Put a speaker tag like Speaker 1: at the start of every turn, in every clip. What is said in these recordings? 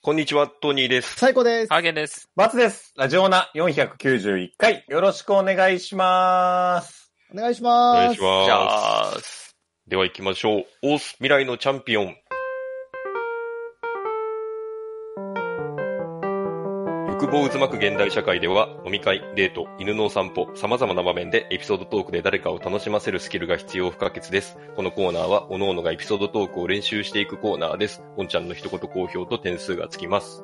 Speaker 1: こんにちは、トニーです。
Speaker 2: 最高です。
Speaker 3: ハーゲンです。
Speaker 4: バツです。ラジオナ491回、よろしくお願いします。
Speaker 2: お願いし
Speaker 1: お願
Speaker 2: ま
Speaker 1: い
Speaker 2: す
Speaker 1: し。ます。
Speaker 3: じゃあ、
Speaker 1: では行きましょう。オース未来のチャンピオン。欲望渦巻く現代社会では、飲み会、デート、犬のお散歩、様々な場面でエピソードトークで誰かを楽しませるスキルが必要不可欠です。このコーナーは、各々がエピソードトークを練習していくコーナーです。おんちゃんの一言好評と点数がつきます。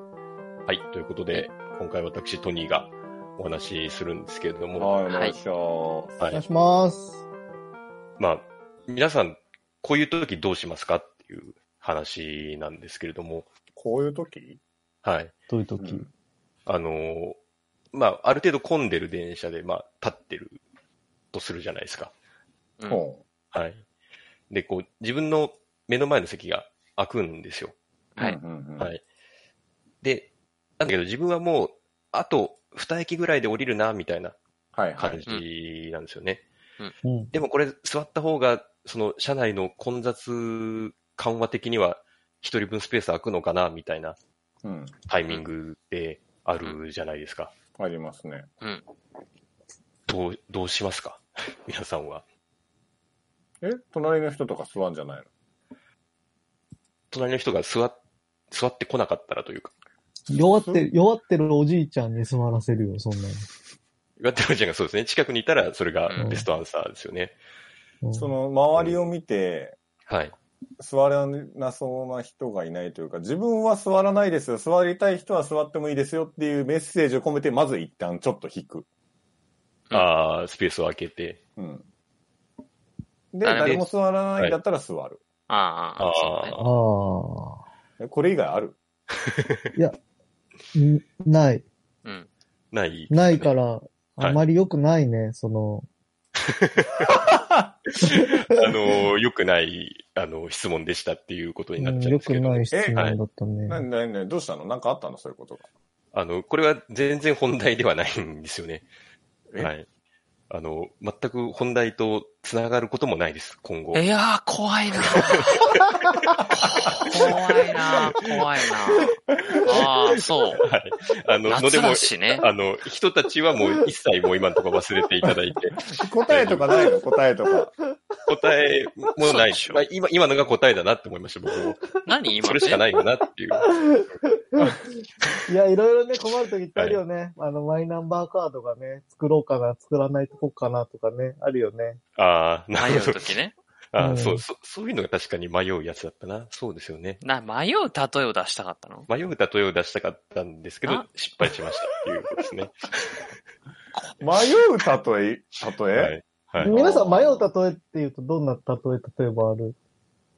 Speaker 1: はい、ということで、今回私、トニーがお話しするんですけれども、
Speaker 4: はい、お
Speaker 3: 願い
Speaker 4: します。
Speaker 1: は
Speaker 2: お願いします。
Speaker 1: まあ、皆さん、こういう時どうしますかっていう話なんですけれども、
Speaker 4: こういう時
Speaker 1: はい。
Speaker 5: どういう
Speaker 4: う
Speaker 5: 時
Speaker 4: ん
Speaker 1: あのーまあ、ある程度混んでる電車で、まあ、立ってるとするじゃないですか。
Speaker 3: うん
Speaker 4: ほ
Speaker 1: はい。で、こう、自分の目の前の席が開くんですよ。
Speaker 4: う
Speaker 3: はい
Speaker 4: うんうんうん
Speaker 1: はい。で、なんだけど自分はもう、あと2駅ぐらいで降りるな、みたいな
Speaker 4: はい、は
Speaker 1: 感
Speaker 4: い。
Speaker 1: じなんですよね。
Speaker 5: うん。
Speaker 1: でもこれ座った方が、その車内の混雑緩和的には一人分スペース空くのかな、みたいな
Speaker 4: うん。
Speaker 1: タイミングであるじゃないですか。
Speaker 4: ありますね。
Speaker 1: どう、どうしますか 皆さんは。
Speaker 4: え隣の人とか座んじゃない
Speaker 1: 隣の人が座っ、座ってこなかったらというか、
Speaker 5: 弱って、弱ってるおじいちゃんに座らせるよ、そんな
Speaker 1: 岩手おじちゃんがそうですね、近くにいたらそれがベストアンサーですよね。
Speaker 5: の。
Speaker 4: のその、周りを見て、
Speaker 1: はい。
Speaker 4: 座らなそうな人がいないというか、自分は座らないですよ。座りたい人は座ってもいいですよっていうメッセージを込めて、まず一旦ちょっと引く。
Speaker 3: うん
Speaker 1: ああ、スペースを空けて。
Speaker 4: うん。で、
Speaker 3: なるほど
Speaker 4: 誰も座らないんだったら座る。
Speaker 3: ああ、そうね
Speaker 1: あ
Speaker 5: あ
Speaker 4: えこれ以外ある
Speaker 5: あ。んない。
Speaker 3: うん。
Speaker 1: ない。
Speaker 5: ないから、
Speaker 1: はい
Speaker 5: あまり良くないね、その、
Speaker 1: あの、良くない、あの、質問でしたっていうことになっちゃうん
Speaker 5: 良
Speaker 1: ですけ
Speaker 5: く
Speaker 1: ど。
Speaker 5: ない質問だった
Speaker 4: な
Speaker 5: ね。
Speaker 4: んだね、どうしたのなんかあったのそういうことが。
Speaker 1: あの、これは全然本題ではないんですよね。
Speaker 4: え
Speaker 1: はい。あの、全く本題と繋がることもないです、今後。
Speaker 3: いやー、怖いな ー怖いなー怖いなーああ、そう。
Speaker 1: はい。あの、ので
Speaker 3: 夏
Speaker 1: も
Speaker 3: だ、しね。
Speaker 1: あの、人たちはも う一切もう今のところ忘れていただいて、
Speaker 4: 答えとかないの 答えとか。
Speaker 1: 答えもな
Speaker 3: そうで
Speaker 1: い
Speaker 3: しょ
Speaker 1: まあ、今、今のが答えだなって思いました、僕も。
Speaker 3: 何今
Speaker 1: それしか
Speaker 3: い。
Speaker 1: ないよなって いう。
Speaker 5: いや、いろいろね、困るときってあるよね。あの、マイナンバーカードがね、作ろうかな、作らないとこかなとかね、あるよね。
Speaker 1: ああ、な
Speaker 3: 迷
Speaker 1: る
Speaker 3: う
Speaker 1: ほど
Speaker 3: と。きね。
Speaker 1: あ
Speaker 5: う
Speaker 1: ー
Speaker 5: ん
Speaker 1: そう、そ、そういうのが確かに迷うやつだったな。そうですよね。
Speaker 3: な、迷う例えを出したかったの
Speaker 1: 迷う例えを出したかったんですけど
Speaker 3: あ、
Speaker 1: 失敗しましたっていうことですね。
Speaker 4: 迷うたとえ、たとえ、
Speaker 1: はい。はい。
Speaker 5: 皆さん迷う例えって言うと、どんな例え、例えばあるん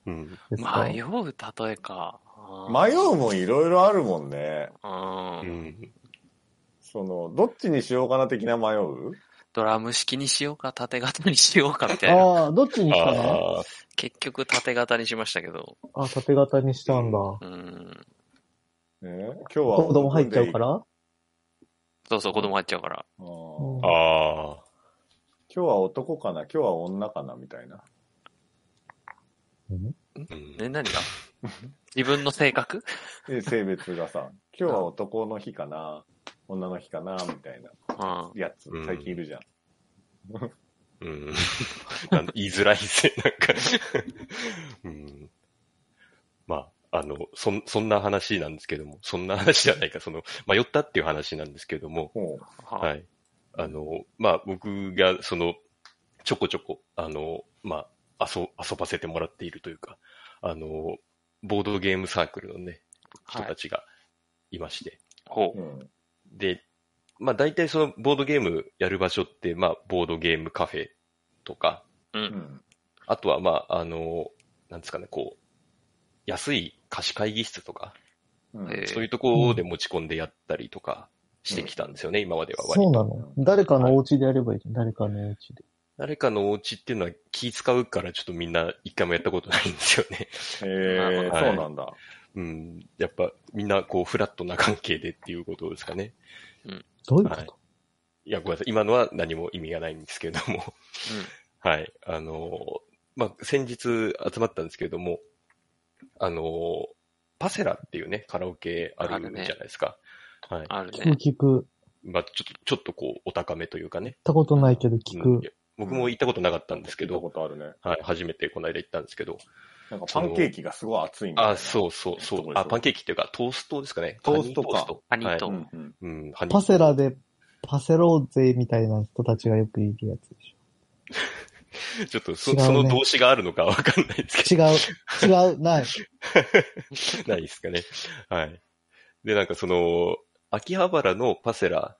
Speaker 1: うん。
Speaker 5: ですか
Speaker 3: 迷う例えか。あー
Speaker 4: 迷うもんいろいろあるもんね。
Speaker 3: うん
Speaker 1: うん。
Speaker 4: その、どっちにしようかな的な迷う
Speaker 3: ドラム式にしようか、縦型にしようか、みたいな。
Speaker 5: ああ、どっちにしたの
Speaker 1: ああ、
Speaker 3: 結局、縦型にしましたけど。
Speaker 5: あ、縦型にしたんだ。
Speaker 3: うん。
Speaker 4: ね今日は。。
Speaker 5: 子供入っちゃうからら
Speaker 3: そうそう、子供入っちゃうから。
Speaker 4: あー
Speaker 5: うん
Speaker 4: 今
Speaker 1: ああ。
Speaker 4: 日は男かな今日は女かなみたいな。
Speaker 1: うん
Speaker 3: ね、何が自分の性 格
Speaker 4: で、性別がさ、今日は男の日かな女の日かなみたいな
Speaker 3: うん。
Speaker 4: やつ
Speaker 1: うん、
Speaker 4: 最近いるじゃん。
Speaker 1: うん。なんか言いづらいですね、なんか、うん。まあ、あの、そん、そんな話なんですけども、そんな話じゃないか、その、迷ったっていう話なんですけども、
Speaker 4: ほ
Speaker 3: は。
Speaker 1: はいい。あの、まあ、僕が、その、ちょこちょこ、あの、まあ、遊、遊ばせてもらっているというか、あの、ボードゲームサークルのね、人
Speaker 3: は
Speaker 1: た
Speaker 3: い。
Speaker 1: ちがいまして、
Speaker 3: ほ
Speaker 4: う。うん。
Speaker 1: で、まあ大体そのボードゲームやる場所って、まあボードゲームカフェとか、
Speaker 4: うん。
Speaker 1: あとはまああの、なんですかね、こう、安い貸し会議室とか、
Speaker 4: う
Speaker 3: う。
Speaker 4: ん
Speaker 3: えー
Speaker 1: そういうところで持ち込んでやったりとかしてきたんですよね、今までは割
Speaker 5: そう
Speaker 1: と。
Speaker 5: なの誰かのお家でやればいいじゃん。誰かのお家で。
Speaker 1: 誰かのお家っていうのは気使うからちょっとみんな一回もやったことないんですよね。
Speaker 4: へ
Speaker 3: な
Speaker 4: え
Speaker 3: る
Speaker 1: ほ
Speaker 4: ー、
Speaker 1: ど
Speaker 4: そうなんだ。
Speaker 1: うん。やっぱみんなこうフラットな関係でっていうことですかね。
Speaker 5: どういうこと、
Speaker 1: はいいや、ごめんなさい。今のは何も意味がないんですけれども。はい。あのー、まあ、先日集まったんですけれども、あのー、パセラっていうね、カラオケあ
Speaker 3: ある
Speaker 1: るじゃ
Speaker 3: ね
Speaker 1: ないですか。はい。
Speaker 3: ある
Speaker 5: 聞
Speaker 3: ね。
Speaker 5: く聞く。行っ
Speaker 1: まあ、ちょっと、ちょっとこう、お高めというかね。
Speaker 5: たことないけど聞
Speaker 1: うん
Speaker 5: く
Speaker 1: い。や僕も行ったことなかったんですけ
Speaker 4: 聞いた
Speaker 1: ど、
Speaker 4: ことあるね。
Speaker 1: はい、初めてこの間行ったんですけど、
Speaker 4: なんかパンケーキがすごい熱いんだよね
Speaker 1: あ、そうそうそ
Speaker 4: そうう。
Speaker 1: あ、パンケーキっていうか、トーストですかね。
Speaker 4: トーストか
Speaker 1: ハ
Speaker 3: ハ
Speaker 1: ニ
Speaker 3: ニ
Speaker 1: ー
Speaker 3: ー
Speaker 1: ト
Speaker 3: ト
Speaker 1: ー
Speaker 3: ー
Speaker 1: ス
Speaker 3: スト
Speaker 1: ト。
Speaker 4: うんうん。
Speaker 1: はいうん、ハニートー
Speaker 5: パ
Speaker 1: スト
Speaker 5: セラで、パセローゼみたいな人たちがよくいるやつでし
Speaker 1: ちょっとそ、
Speaker 5: 違うね
Speaker 1: その動詞があるのかわかんないですけ
Speaker 5: ょ。違う、違う、ない。
Speaker 1: ど、 ないですかね。はい。で、なんかその、秋葉原のパセラ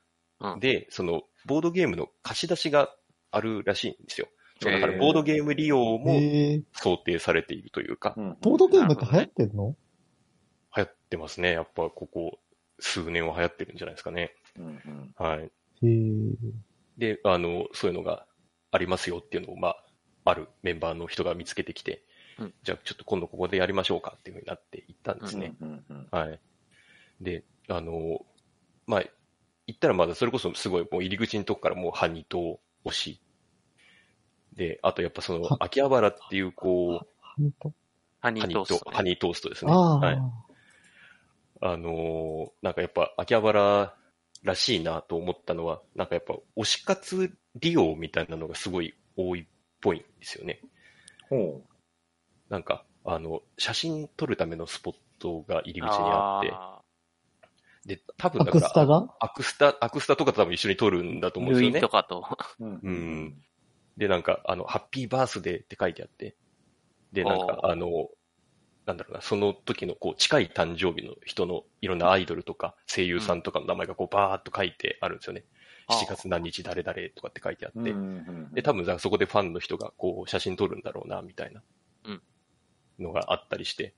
Speaker 1: で、その、ボードゲームの貸し出しがあるらしいんですよ。そうだか
Speaker 4: へ
Speaker 1: ら、
Speaker 4: ー
Speaker 1: ボードゲーム利用 も
Speaker 5: えー、
Speaker 1: 想定されているというか、
Speaker 4: うん
Speaker 5: ボードゲームって流行ってんの
Speaker 1: 流行ってますね。やっぱ、ここ、数年は流行ってるんじゃないですかね。
Speaker 4: うんうん
Speaker 1: はい。
Speaker 5: へー
Speaker 1: で、あの、そういうのがありますよっていうのを、まあ、あるメンバーの人が見つけてきて、
Speaker 3: うん
Speaker 1: じゃあちょっと今度ここでやりましょうかっていうふうになっていったんですね。
Speaker 4: うんうん
Speaker 1: はい。で、あの、まあ、行ったらまだそれこそすごい、もう入り口のとこからもうハニと推し。で、あとやっぱその
Speaker 5: は、
Speaker 1: 秋葉原っていうこう、
Speaker 5: ハニト
Speaker 3: ハニ
Speaker 1: ハ
Speaker 3: ー
Speaker 1: ニ
Speaker 3: トース
Speaker 1: と
Speaker 3: ト、ね。
Speaker 1: ハニートーストですね。
Speaker 5: あ
Speaker 1: はい。
Speaker 5: あ、
Speaker 1: あのーなんかやっぱ秋葉原らしいなと思ったのは、なんかやっぱ推し活利用みたいなのがすごい多いっぽいんですよね。
Speaker 4: ほ
Speaker 1: なんか、あの、写真撮るためのスポットが入り口にあ
Speaker 3: あ
Speaker 1: って、
Speaker 3: あ
Speaker 1: で、多分
Speaker 5: ア
Speaker 1: だか
Speaker 5: ク
Speaker 1: ら、
Speaker 5: スタが
Speaker 1: アクスタ、アクスタとかと多分一緒に撮るんだと
Speaker 3: ー
Speaker 1: 思うん
Speaker 3: ル
Speaker 1: で
Speaker 3: イ
Speaker 1: すよ
Speaker 3: と
Speaker 1: ね。
Speaker 3: かと。
Speaker 4: う。うん
Speaker 1: うん。で、なんか、あの、ハッピーバースデーって書いてあって、で、なんか、
Speaker 3: あー
Speaker 1: あの、なんだろうな、その時のこう近い誕生日の人のいろんなアイドルとか声優さんとかの名前がこうバーっと書いてあるんですよね。
Speaker 3: あー
Speaker 1: 7月何日誰々とかって書いてあ
Speaker 4: う
Speaker 1: っ
Speaker 4: ん
Speaker 1: て、
Speaker 4: うん
Speaker 1: で、多分さそこでファンの人がこう写真撮るんだろうな、みたいな
Speaker 3: うん
Speaker 1: のがあったりして、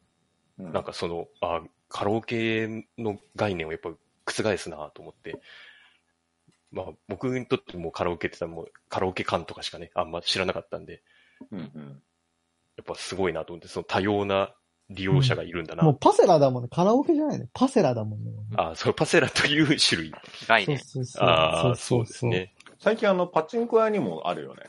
Speaker 4: うん
Speaker 1: なんかその、あカラオケの概念をやっぱ覆すなと思って、まあ僕にとってもうカラオケって言ったらもうカラオケ館とかしかね、あんま知らなかったんで、
Speaker 4: うんうん
Speaker 1: やっぱすごいなと思って、その多様な利用者がいるんだな。
Speaker 5: もうパセラだもんね。カラオケじゃないね。パセラだもんね。
Speaker 1: あそれパセラという種類。
Speaker 3: 概
Speaker 5: そう
Speaker 3: 念。
Speaker 5: そうそう。
Speaker 1: ああ、そうです。ね。
Speaker 4: 最近あの、パチンコ屋にもあるよね。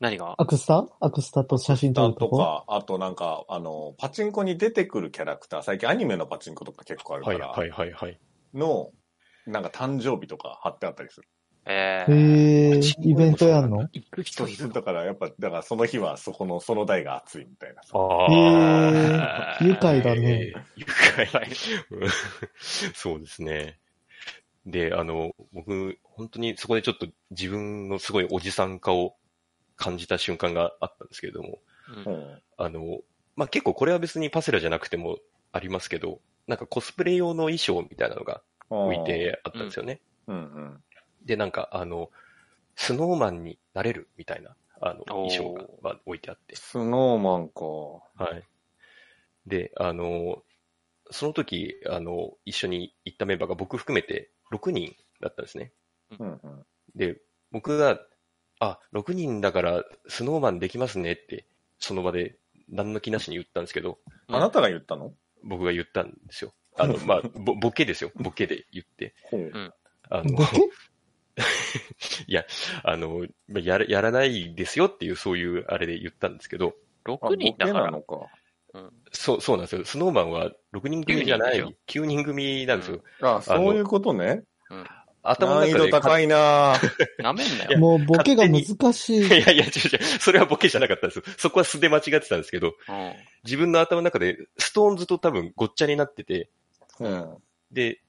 Speaker 3: 何が
Speaker 5: アクスタアクスタと写真撮
Speaker 4: な
Speaker 5: る
Speaker 4: ん
Speaker 5: と
Speaker 4: と
Speaker 5: こ
Speaker 4: か、あとなんか、あの、パチンコに出てくるキャラクター、最近アニメのパチンコとか結構あるか
Speaker 1: はい
Speaker 4: ら、
Speaker 1: はいはいはい。
Speaker 4: の、なんか誕生日とか貼ってあったりする。
Speaker 3: え
Speaker 5: へ
Speaker 3: ー、
Speaker 5: えイベントやんの
Speaker 3: 行く人いる
Speaker 4: だからやっぱ、だからその日はそこの、その台が熱いみたいなさ。
Speaker 1: ああ。
Speaker 5: へー愉快だね。
Speaker 1: 愉快。うん そうですね。で、あの、僕、本当にそこでちょっと自分のすごいおじさん化を感じた瞬間があったんですけれども、
Speaker 3: う
Speaker 4: うんん。
Speaker 1: あの、まあ、結構これは別にパセラじゃなくてもありますけど、なんかコスプレ用の衣装みたいなのが浮い。てあったんですよね。
Speaker 4: うんうん。
Speaker 1: で、なんか、あの、スノーマンになれるみたいな、あの、
Speaker 3: おー
Speaker 1: 衣装が、まあ、置いてあって。
Speaker 4: スノーマンか。
Speaker 1: はい。で、あの、その時、あの、一緒に行ったメンバーが僕含めて6人だったんですね。
Speaker 4: うんうん。
Speaker 1: で、僕が、あ、6人だから、スノーマンできますねって、その場で、何の気なしに言ったんですけど、
Speaker 4: あなたが言ったの
Speaker 1: 僕が言ったんですよ。あ の、まあ、ぼボケですよ。ボケで言って。
Speaker 4: ほう。
Speaker 1: あの
Speaker 5: ボ、ケ
Speaker 1: あの、まあやらやらないですよっていう、そういうあれで言ったんですけど、
Speaker 3: 6人だか
Speaker 4: あ
Speaker 3: ら。
Speaker 4: ボケなの
Speaker 1: そう、そうなんですよ。スノーマンは6人組じゃな
Speaker 3: 9人
Speaker 1: い、9人組なんですよ。
Speaker 3: うん
Speaker 4: か。あ、そういうことね。
Speaker 1: 頭の
Speaker 4: 難易
Speaker 1: 中
Speaker 4: 度
Speaker 1: で。
Speaker 4: 高いなぁ。
Speaker 3: なめんなよ。
Speaker 5: もうボケが難しい。
Speaker 1: いやいや、違う違う。それはボケじゃなかったんですよ。そこは素で間違ってたんですけど、
Speaker 3: うん
Speaker 1: 自分の頭の中で、ストーンズと多分ごっちゃになってて、
Speaker 4: うん。
Speaker 1: で、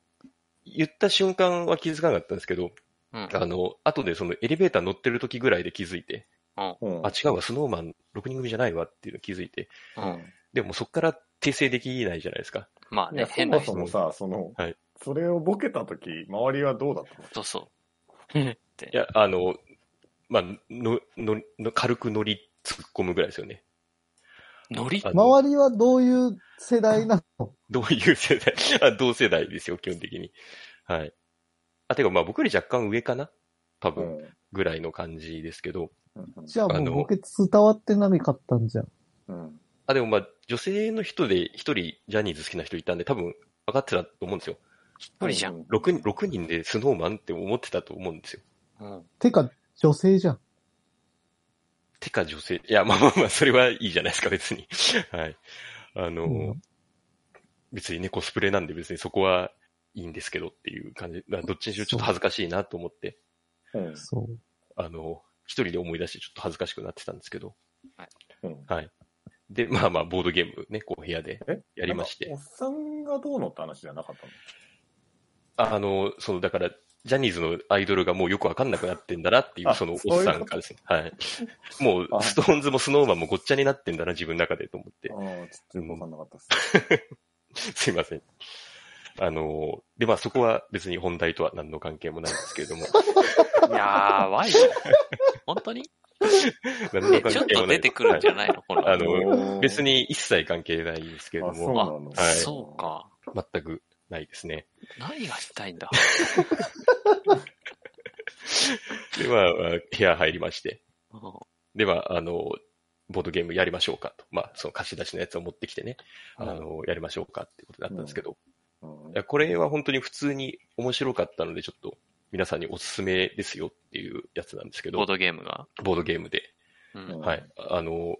Speaker 1: 言った瞬間は気づかなかったんですけど、
Speaker 3: うん
Speaker 1: あの、後でそのエレベーター乗ってる時ぐらいで気づいて、
Speaker 4: うん
Speaker 1: あ、違うわ、スノーマン6人組じゃないわっていうの気づいて、
Speaker 3: うん
Speaker 1: でもそこから訂正できないじゃないですか。
Speaker 3: まあ
Speaker 4: い
Speaker 3: ね、
Speaker 4: や、そ
Speaker 3: 変な
Speaker 4: も
Speaker 3: 人。
Speaker 4: そもさ、その、
Speaker 1: はい
Speaker 4: それをボケたとき、周りはどうだったの
Speaker 3: そうそう。って
Speaker 1: いや、あの、まあ、の、の、の軽く乗り突っ込むぐらいですよね。
Speaker 3: ノリ
Speaker 1: あの
Speaker 5: 周りはどういう世代 なの
Speaker 1: どういう世代あ同世代ですよ、基本的に。はい。あ、てか、まあ僕より若干上かな多分、ぐらいの感じですけど。
Speaker 4: うん
Speaker 5: じゃあ
Speaker 1: あ
Speaker 5: も
Speaker 1: の
Speaker 5: うボケ伝わってなかったんじゃん。
Speaker 4: うん
Speaker 1: あ、でもまあ、女性の人で一人ジャニーズ好きな人いたんで、多分、分かってたと思うんですよ。
Speaker 3: 一人じゃん。
Speaker 1: 6人、6人でスノーマンって思ってたと思うんですよ。
Speaker 3: うん
Speaker 5: てか、女性じゃん。
Speaker 1: てか女性、いや、まあまあまあ、それはいいじゃないですか、別に。はい。あの、
Speaker 5: うん
Speaker 1: 別にね、コスプレなんで別にそこはいいんですけどっていう感じ。だからどっちにしろちょっと恥ずかしいなと思って、
Speaker 4: うん。
Speaker 5: そう。
Speaker 1: あの、一人で思い出してちょっと恥ずかしくなってたんですけど。
Speaker 4: うん
Speaker 1: はい。で、まあまあ、ボードゲームね、こう部屋で
Speaker 4: え
Speaker 1: やりまし
Speaker 4: な
Speaker 1: て。
Speaker 4: んかおっさんがどうのって話じゃなかったの
Speaker 1: あの、その、だから、ジャニーズのアイドルがもうよくわかんなくなってんだなってい
Speaker 4: あ
Speaker 1: う、そのおっさんがですね。はい。もう
Speaker 4: あ、
Speaker 1: ストーンズもスノーマンもごっちゃになってんだな、自分の中でと思って。
Speaker 4: ああ、ちょっとよくわかんなかったっす。
Speaker 1: すいません。あの、で、まあそこは別に本題とは何の関係もないんですけれども。
Speaker 2: やばいよ。本当に
Speaker 1: 何の
Speaker 2: ね
Speaker 1: 関
Speaker 2: ちょっ
Speaker 1: 係も
Speaker 2: と
Speaker 1: な
Speaker 2: 出
Speaker 1: い
Speaker 2: て。くるんじゃないのこの。
Speaker 1: あの、
Speaker 4: おー
Speaker 1: 別に一切関係ないんですけれど
Speaker 4: あそう
Speaker 1: も、
Speaker 4: な
Speaker 2: あ
Speaker 4: の、
Speaker 1: はい
Speaker 2: そうか。
Speaker 1: 全くないですね。
Speaker 2: 何がしたいんだ
Speaker 1: で、まあ、部屋入りまして、
Speaker 2: うん
Speaker 1: で、まあ、あの、ボードゲームやりましょうかと。まあ、その貸し出しのやつを持ってきてね、あの、やりましょうかってことだったんですけど、
Speaker 4: うん
Speaker 1: いやこれは本当に普通に面白かったので、ちょっと皆さんにおすすめですよっていうやつなんですけど、
Speaker 2: ボードゲームが。
Speaker 1: ボードゲームで。
Speaker 2: う
Speaker 4: う
Speaker 2: ん。
Speaker 4: ん
Speaker 1: はい。あの、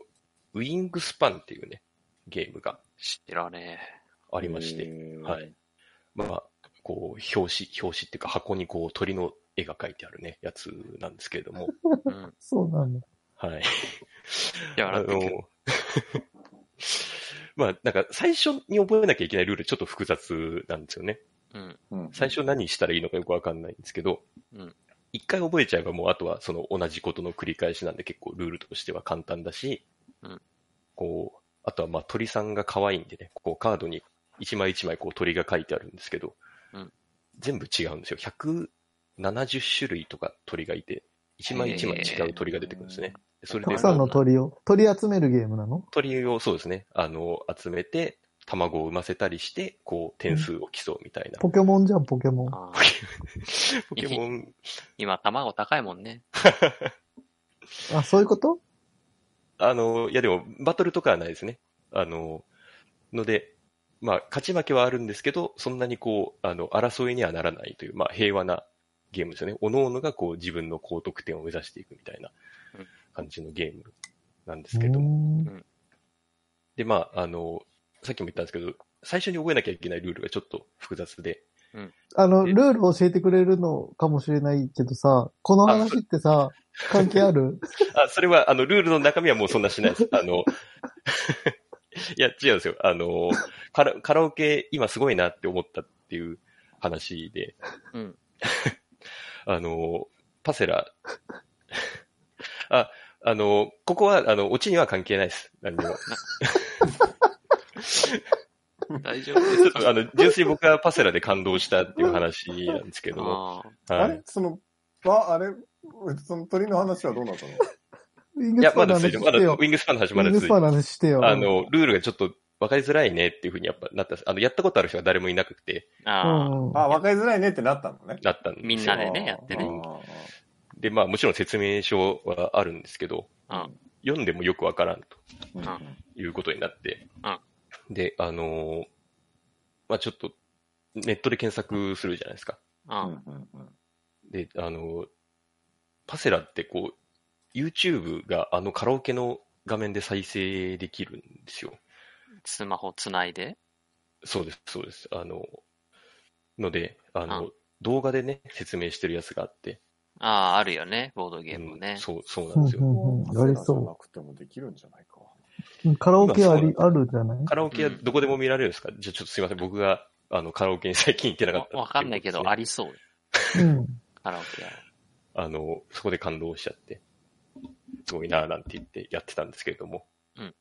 Speaker 1: ウィングスパンっていうね、ゲームが
Speaker 2: 知らね
Speaker 1: ありまし。て、
Speaker 4: へー
Speaker 1: はい。まあ、こう、表紙、表紙っていうか箱にこう鳥の絵が描いてあるね、やつなんですけれども、
Speaker 2: え。うん。
Speaker 5: そうなの。
Speaker 1: はい。
Speaker 2: じゃあ、
Speaker 1: あ
Speaker 2: 笑って
Speaker 1: の
Speaker 2: るけど、
Speaker 1: まあ、なんか最初に覚えなきゃいけないルールちょっと複雑なんですよね。
Speaker 2: うん。
Speaker 4: うん
Speaker 1: 最初何したらいいのかよくわかんないんですけど
Speaker 2: うん、
Speaker 1: 一、回覚えちゃえばもうあとはその同じことの繰り返しなんで結構ルールとしては簡単だし、
Speaker 2: うん
Speaker 1: こう、あとはまあ鳥さんが可愛いんでね、こうカードに一枚一枚こう鳥が書いてあるんですけど、
Speaker 2: うん
Speaker 1: 全部違うんですよ。170種類とか鳥がいて、一枚一枚違う鳥が出てくるんですね。それ
Speaker 5: た
Speaker 1: で
Speaker 5: くさんの鳥を、取り集めるゲームなの
Speaker 1: 鳥をそうですね、あの、集めて、卵を産ませたりして、こう点数を競うみたいな。
Speaker 5: ポケモンじゃん、ポケモン。
Speaker 2: あー
Speaker 1: ポケモン
Speaker 2: 今、卵高いもんね。
Speaker 5: あ、そういうこと
Speaker 1: あの、いやでも、バトルとかはないですね。あの、ので、まあ、勝ち負けはあるんですけど、そんなにこう、あの、争いにはならないという、まあ、平和なゲームですよね。おののがこう、自分の高得点を目指していくみたいな
Speaker 2: うん
Speaker 1: 感じのゲームなんで
Speaker 5: う
Speaker 1: す
Speaker 5: ー
Speaker 1: けど。
Speaker 5: ん
Speaker 1: で、まあ、あの、さっきも言ったんですけど、最初に覚えなきゃいけないルールがちょっと複雑で、
Speaker 5: あの、ルールを教えてくれるのかもしれないけどさ、この話って さ、関係ある
Speaker 1: あ、それは、あの、ルールの中身はもうそんなしないです。 あの、いや、違うんですよ。あの、カラカラオケ、今すごいなって思ったっていう話で、
Speaker 2: うん。
Speaker 1: あの、パセラ、 あ、あの、ここは、あの、オチには関係ないです。何にも。
Speaker 2: 大丈夫です か
Speaker 1: あ の、純粋に僕がパセラで感動したっていう話なんですけども、
Speaker 2: あー
Speaker 1: は
Speaker 4: あ
Speaker 1: い
Speaker 4: れ。その、あ、あれその鳥の話はどうなった の
Speaker 5: ウィング
Speaker 1: いや
Speaker 5: ス、パ
Speaker 1: まだ
Speaker 5: ンの話
Speaker 1: 続いて、まだ、
Speaker 5: して
Speaker 1: ウ
Speaker 5: よ。
Speaker 1: ィングスパンの話
Speaker 5: ウ
Speaker 1: ま
Speaker 5: ィ
Speaker 1: だ
Speaker 5: ング
Speaker 1: 続いて
Speaker 5: スパンの話してよ。
Speaker 1: あの、ルールがちょっと分かりづらいねっていうふうにやっぱなったんですあの、やったことある人が誰もいなくて、
Speaker 2: あー。
Speaker 5: うん、うん。
Speaker 4: あ、わかりづらいねってなったのね。
Speaker 1: なったんですよ
Speaker 2: みんなでね
Speaker 4: あー
Speaker 2: やってね
Speaker 4: あー
Speaker 1: で、まあもちろん説明書はあるんですけど、
Speaker 2: うん
Speaker 1: 読んでもよくわからんと
Speaker 4: うん
Speaker 2: うん
Speaker 1: いうことになって、で、あのーまあちょっとネットで検索するじゃないですか。
Speaker 2: あ
Speaker 4: う
Speaker 2: ー
Speaker 4: んうんうん
Speaker 1: で、あのーパセラってこう、YouTube があのカラオケの画面で再生できるんですよ。
Speaker 2: スマホつないで。
Speaker 1: そうです、そうです。あの、ので、あの、
Speaker 2: うん
Speaker 1: 動画でね、説明してるやつがあって。
Speaker 2: ああ、あるよね。ボードゲーム
Speaker 1: うん
Speaker 2: ね。
Speaker 1: そう、そう
Speaker 5: う
Speaker 1: なん
Speaker 5: ん
Speaker 1: ですよ。
Speaker 5: うんうん、やり
Speaker 4: じゃ
Speaker 5: そ
Speaker 4: なくてもできるんじゃないか。
Speaker 5: ううん。カラオケあ
Speaker 1: 今
Speaker 5: り、
Speaker 1: そ
Speaker 5: あるんじゃない
Speaker 1: カラオケはどこでも見られるんですか、じゃあちょっとすいません。僕が、あの、カラオケに最近行ってなかっ
Speaker 2: わ
Speaker 1: た
Speaker 2: わかんないけど、あ
Speaker 1: あ
Speaker 2: りそう。
Speaker 5: うん。
Speaker 2: カラオケは。
Speaker 1: あの、そこで感動しちゃって、すごいなぁなんて言ってやってたんですけれども。
Speaker 4: うん。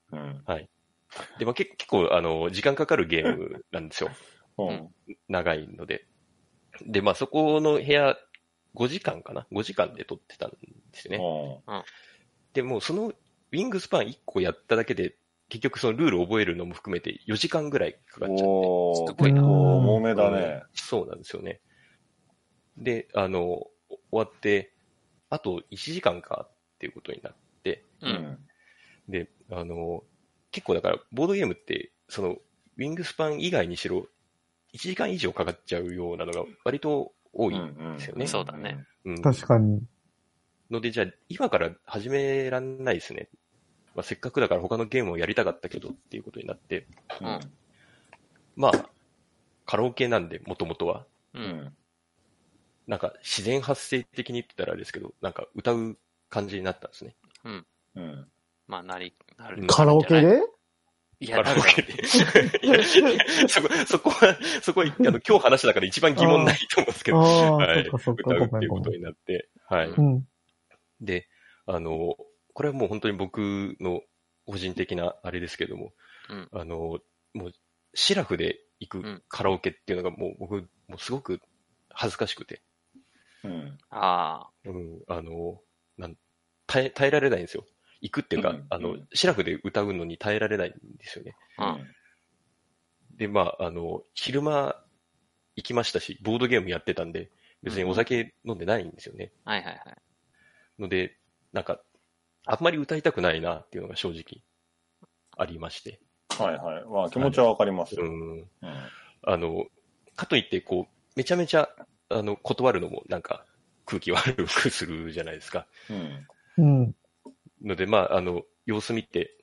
Speaker 1: で、まあ、け結構、あの、時間かかるゲームなんですよ。
Speaker 4: うん。
Speaker 1: 長いので。で、まあ、そこの部屋、5時間かな ?5 時間で撮ってたんですよね。で、もうその、ウィングスパン1個やっただけで、結局そのルール覚えるのも含めて4時間ぐらいかかっちゃって。
Speaker 4: お
Speaker 2: す
Speaker 4: ー、
Speaker 2: ごいな
Speaker 4: 重めだね。
Speaker 1: そうなんですよね。で、あの、お終わって、あと1時間かっていうことになって、
Speaker 2: うん。
Speaker 1: で、あの、結構だから、ボードゲームって、その、ウィングスパン以外にしろ、1時間以上かかっちゃうようなのが割と多
Speaker 4: う
Speaker 1: い。うん。
Speaker 4: ん。
Speaker 1: ですよね
Speaker 2: そうだね。
Speaker 5: 確かに。
Speaker 1: ので、じゃあ、今から始めらんないですね。まあ、せっかくだから他のゲームをやりたかったけどっていうことになって、
Speaker 2: うん
Speaker 1: まあ、カラオケなんで、もともとは。
Speaker 2: う。
Speaker 4: うんん。
Speaker 1: なんか、自然発生的にって言ったらあれですけど、なんか歌う感じになったんですね。
Speaker 4: うん。
Speaker 2: まあ、なり、なる。
Speaker 5: カラオケで
Speaker 2: い
Speaker 1: カ
Speaker 2: や、な
Speaker 1: ラ
Speaker 2: る
Speaker 1: オケで。いやそこ、 そこは、そこは、あの、今日話したから一番疑問ないと思うんですけ
Speaker 5: あ
Speaker 1: ど、
Speaker 5: あ、
Speaker 1: はい
Speaker 5: そっかそっ
Speaker 1: 歌
Speaker 5: か、
Speaker 1: う
Speaker 5: ご
Speaker 1: って
Speaker 5: め
Speaker 1: いう
Speaker 5: んご
Speaker 1: こと
Speaker 5: めん。
Speaker 1: になって、はい。
Speaker 5: うん。
Speaker 1: で、あの、これはもう本当に僕の個人的なあれですけども、
Speaker 2: うん
Speaker 1: あの、もう、シラフで行
Speaker 2: ん
Speaker 1: くカラオケっていうのがもう僕、もうすごく恥ずかしくて、
Speaker 4: うん。
Speaker 2: あ
Speaker 1: うん、あの、なん耐え、耐えられないんですよ。行くっていうか、
Speaker 4: うん
Speaker 1: あ
Speaker 4: う
Speaker 1: の
Speaker 4: ん、
Speaker 1: シラフで歌うのに耐えられないんですよね。
Speaker 2: あ、うん。
Speaker 1: で、まあ、あの、昼間行きましたし、ボードゲームやってたんで、別にお酒飲んでないんですよね。
Speaker 2: はいはいはい。
Speaker 1: ので、なんか、あんまり歌いたくないなっていうのが正直ありまして。
Speaker 4: はいはい。まあ、気持ちはわかります。
Speaker 1: うん。
Speaker 4: うん
Speaker 1: あの、かといって、こう、めちゃめちゃ、あの、断るのも、なんか、空気悪くするじゃないですか。
Speaker 4: うん。
Speaker 5: うん。
Speaker 1: ので、まあ、あの、様子見て、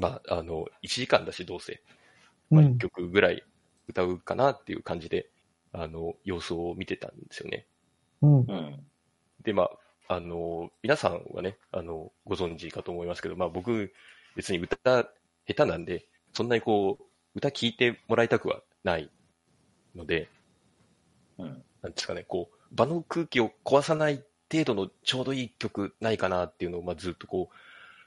Speaker 1: まあ、あの、1時間だし、どうせ、
Speaker 5: う
Speaker 1: まあ、1
Speaker 5: ん。
Speaker 1: 曲ぐらい歌うかなっていう感じで、あの、様子を見てたんですよね。
Speaker 5: うん。
Speaker 4: うん。
Speaker 1: で、まあ、あの、皆さんはね、あの、ご存知かと思いますけど、まあ僕、別に歌下手なんで、そんなにこう、歌聞いてもらいたくはないので、
Speaker 4: うん。
Speaker 1: なんですかね、こう、場の空気を壊さない程度のちょうどいい曲ないかなっていうのを、まあずっとこう、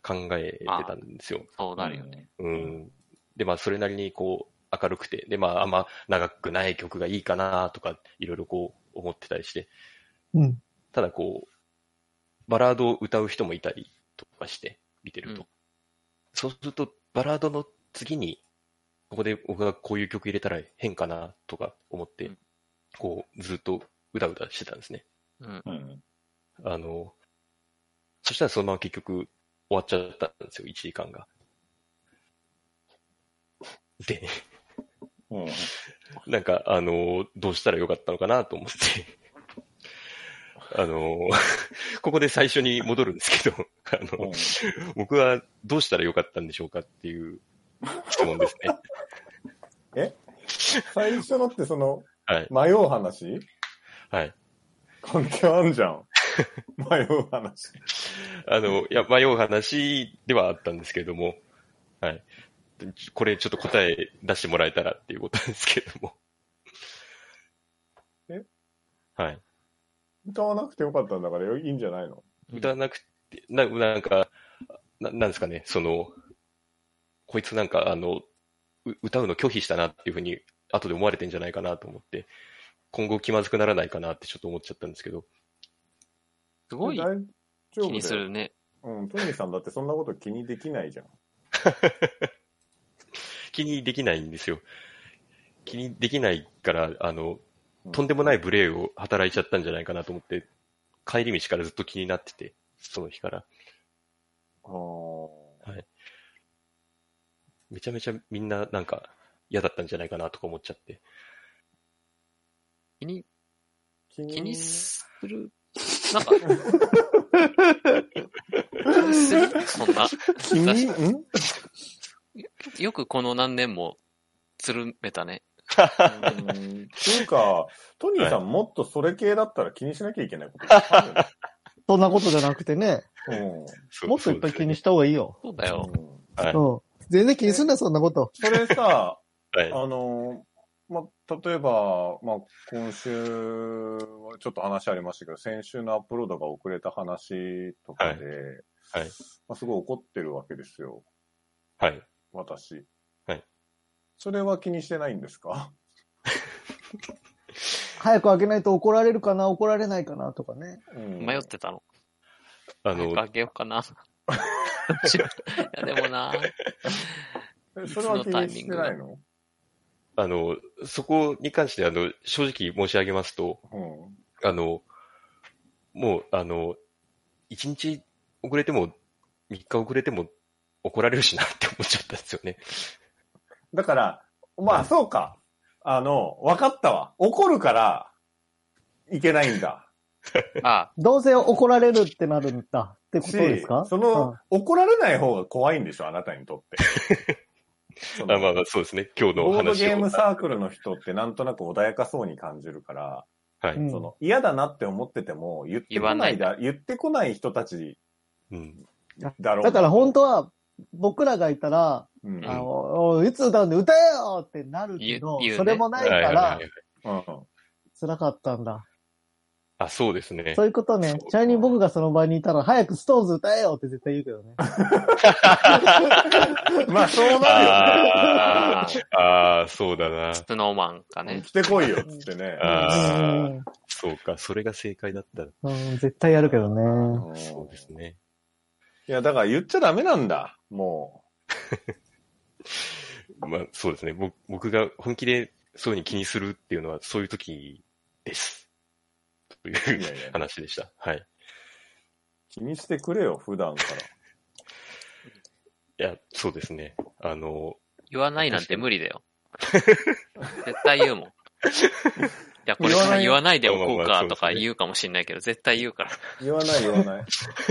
Speaker 1: 考えてたんですよ。
Speaker 2: そうなるよね。
Speaker 1: うん。で、まあ、それなりにこう、明るくて、で、まあ、あんま長くない曲がいいかなとか、いろいろこう、思ってたりして、
Speaker 5: うん。
Speaker 1: ただこう、バラードを歌う人もいたりとかして、見てると。
Speaker 2: うん
Speaker 1: そうすると、バラードの次に、ここで僕がこういう曲入れたら変かなとか思って、
Speaker 2: うん
Speaker 1: こう、ずっとうだうだしてたんですね。
Speaker 2: うん。
Speaker 4: うん。
Speaker 1: あの、そしたらそのまま結局終わっちゃったんですよ、1時間が。で、
Speaker 4: うん。
Speaker 1: なんか、あの、どうしたらよかったのかなと思って。 あの、 ここで最初に戻るんですけど、 あの、僕はどうしたらよかったんでしょうかっていう 質問ですね。
Speaker 4: 最初のってその、
Speaker 1: はい。
Speaker 4: 迷う話
Speaker 1: はい。
Speaker 4: 関係あんじゃ ん。迷う話。
Speaker 1: あの、いや、迷う話ではあったんですけれども、はい。これちょっと答え出してもらえたらっていうことなんですけれども。
Speaker 4: え
Speaker 1: はい。
Speaker 4: 歌わなくてよかったんだからいいんじゃないの
Speaker 1: 歌わなくて、ななんかな、なんですかね、その、こいつなんか、あの、う歌うの拒否したなっていうふうに、後で思われてんじゃないかなと思って、今後気まずくならないかなってちょっと思っちゃったんですけど、
Speaker 2: すごい
Speaker 4: 大丈夫
Speaker 2: 気にす
Speaker 4: だよ
Speaker 2: るね。
Speaker 4: うん、トミーさんだってそんなこと気にできないじゃん。
Speaker 1: 気にできないんですよ。気にできないから、あの、
Speaker 4: う。
Speaker 1: とんでもないい無礼を働いちゃったんじゃないかなと思って、帰り道からずっと気になってて、その日から。
Speaker 4: あー
Speaker 1: めちゃめちゃみんななんか嫌だったんじゃないかなとか思っちゃって。
Speaker 2: 気に、
Speaker 4: 気に
Speaker 2: 気にする。なんか、気にするそんな。
Speaker 4: 気にん
Speaker 2: よくこの何年も、つるめたね。
Speaker 4: うんっていうか、トニーさんもっとそれ系だったら気にしなきゃいけないこといっぱいあるよね
Speaker 5: そんなことじゃなくてね、
Speaker 4: うん
Speaker 1: そう
Speaker 5: もっといっぱい気に
Speaker 1: そ
Speaker 5: した方がいいよ。
Speaker 2: そうだよ。
Speaker 4: うん
Speaker 1: はい
Speaker 5: うん。全然気にすんな、そんなこと。
Speaker 4: それ さ、
Speaker 1: うですねはい
Speaker 4: あのー、まあ、例えば、まあ、今週はちょっと話ありましたけど、先週のアップロードが遅れた話とかで、
Speaker 1: はいはい
Speaker 4: まあ、すごい怒ってるわけですよ、
Speaker 1: はい。
Speaker 4: 私。
Speaker 1: はい。
Speaker 4: それは気にしてないんですか
Speaker 5: 早く開けないと怒られるかな、怒られないかなとかね。
Speaker 4: うん
Speaker 2: 迷ってたの。
Speaker 1: あ
Speaker 2: あ
Speaker 1: の、
Speaker 2: あげようかな。いや、でもな。
Speaker 4: えそれは気にしてないの
Speaker 1: あの、そこに関して、あの、正直申し上げますと、
Speaker 4: うん。
Speaker 1: あの、もう、あの、1日遅れても、3日遅れても怒られるしなって思っちゃったんですよね。
Speaker 4: だから、まあ、そうか。あの、わかったわ。怒るから、いけない んだ。
Speaker 2: あ
Speaker 5: どうせ怒られるってなるんだってこと
Speaker 4: し
Speaker 5: ですか
Speaker 4: その、怒られない方が怖いんでしょ、あなたにとって。その
Speaker 1: あまあまあ、そうですね。今日のお
Speaker 4: ボード
Speaker 1: 話
Speaker 4: ゲー
Speaker 1: を。
Speaker 4: ムサークルの人ってなんとなく穏やかそうに感じるから、
Speaker 1: はい。
Speaker 5: うん
Speaker 4: その嫌だなって思ってても、言ってこないだ、言ってこない人たち
Speaker 1: うん。
Speaker 4: だろう。
Speaker 5: だから本当は、僕らがいたら、
Speaker 4: うん、うん
Speaker 5: あの、おいつ歌うんで歌えよってなるけど、
Speaker 2: 言う言うね
Speaker 5: それもないか
Speaker 1: はいはいは
Speaker 5: ら
Speaker 1: い、はい。
Speaker 5: 辛かったんだ。
Speaker 1: あ、そうですね
Speaker 5: そ。ういうことね。ちなみに僕がその場にいたら、早くストーンズ歌えよって絶対言うけどね。
Speaker 4: まあ、そうなる
Speaker 2: あ
Speaker 1: ああ、そうだな。
Speaker 2: スノーマンか
Speaker 4: よね。
Speaker 2: ね。
Speaker 4: 来てこいよ、つってね。
Speaker 1: ああ、そうか。それが正解だった。
Speaker 5: うんうん、絶対やるけど
Speaker 4: う
Speaker 5: ね。
Speaker 4: ん
Speaker 1: そうですね。
Speaker 4: いや、だから言っちゃダメなんだ、も
Speaker 1: まあ、そうですね。僕僕が本気でそういうふうに気にするっていうのは、そういう時です。という
Speaker 4: う。いやい や、
Speaker 1: 話でした。はい。
Speaker 4: 気にしてくれよ、普段か
Speaker 1: いや、そうですね。あの、
Speaker 2: 言わないなんて無理だよ。絶対言うもん。いや、これ
Speaker 4: 言わ
Speaker 2: か
Speaker 4: な
Speaker 2: ら
Speaker 4: い
Speaker 2: 言わないでおこ
Speaker 1: まあ
Speaker 2: う
Speaker 1: まあ
Speaker 2: かと
Speaker 1: そう
Speaker 2: か
Speaker 1: ですね
Speaker 2: 言うかもしんないけど、絶対言うから。
Speaker 4: ら。言わない、言 わない。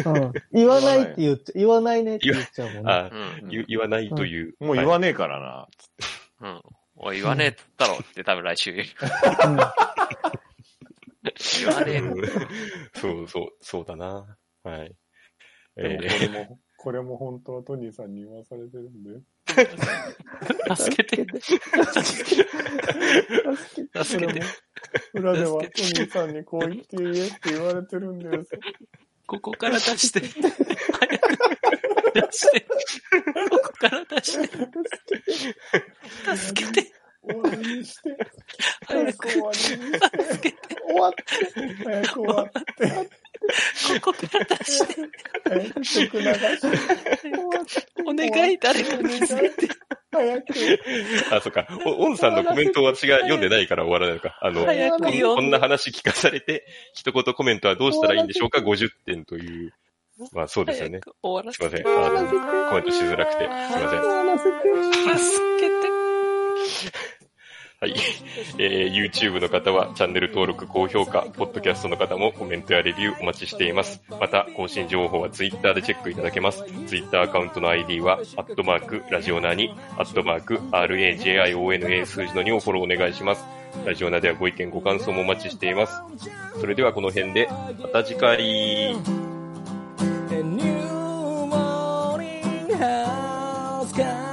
Speaker 5: うん言わないって言っちゃ、言わないねって言っちゃうもんね。
Speaker 1: あ
Speaker 2: うん。
Speaker 1: 言言わないという。
Speaker 4: もう言わねえからな。
Speaker 2: うん。おい、言わねえだろって多分来週言う。
Speaker 5: うん
Speaker 2: 言わねえ
Speaker 1: うん そうそう、そうだな。はい。えー
Speaker 4: でもこれも、これも本当はトニーさんに言わされてるんで。
Speaker 2: 助けて。
Speaker 4: 助
Speaker 2: 助けて。
Speaker 4: 裏ではトニーさんにこう言って言えって言われてるんです。
Speaker 2: ここから出して。早く出して。ここから出して。助けて。
Speaker 4: 終わりにして。
Speaker 2: 早く。
Speaker 4: わりにして。終わって。早く終わって。
Speaker 2: ここから出して。
Speaker 4: 早く曲流して。
Speaker 2: お願い、誰か気づいて。
Speaker 4: 早く。
Speaker 1: あ、そっか。お、オンさんのコメントを私が読んでないから終わらないのか。あの、こ
Speaker 2: 早く
Speaker 1: ん
Speaker 2: よ
Speaker 1: こ。んな話聞かされて、一言コメントはどうしたらいいんでしょうか ?50 点という。まあそうですよね
Speaker 2: 早。く終わら
Speaker 1: すいま
Speaker 2: せ
Speaker 1: せん。
Speaker 2: て。
Speaker 1: あの、コメントしづらくて。すいません。
Speaker 2: 助けて。
Speaker 1: はい。えー YouTube の方はチャンネル登録、高評価、ポッドキャストの方もコメントやレビューお待ちしています。また、更新情報は Twitter でチェックいただけます。Twitter アカウントの ID は、アットマーク、ラジオナーに、アットマーク、RAJIONA 数字の2をフォローお願いします。ラジオナーではご意見、ご感想もお待ちしています。それではこの辺で、また次回。
Speaker 6: A new morning has come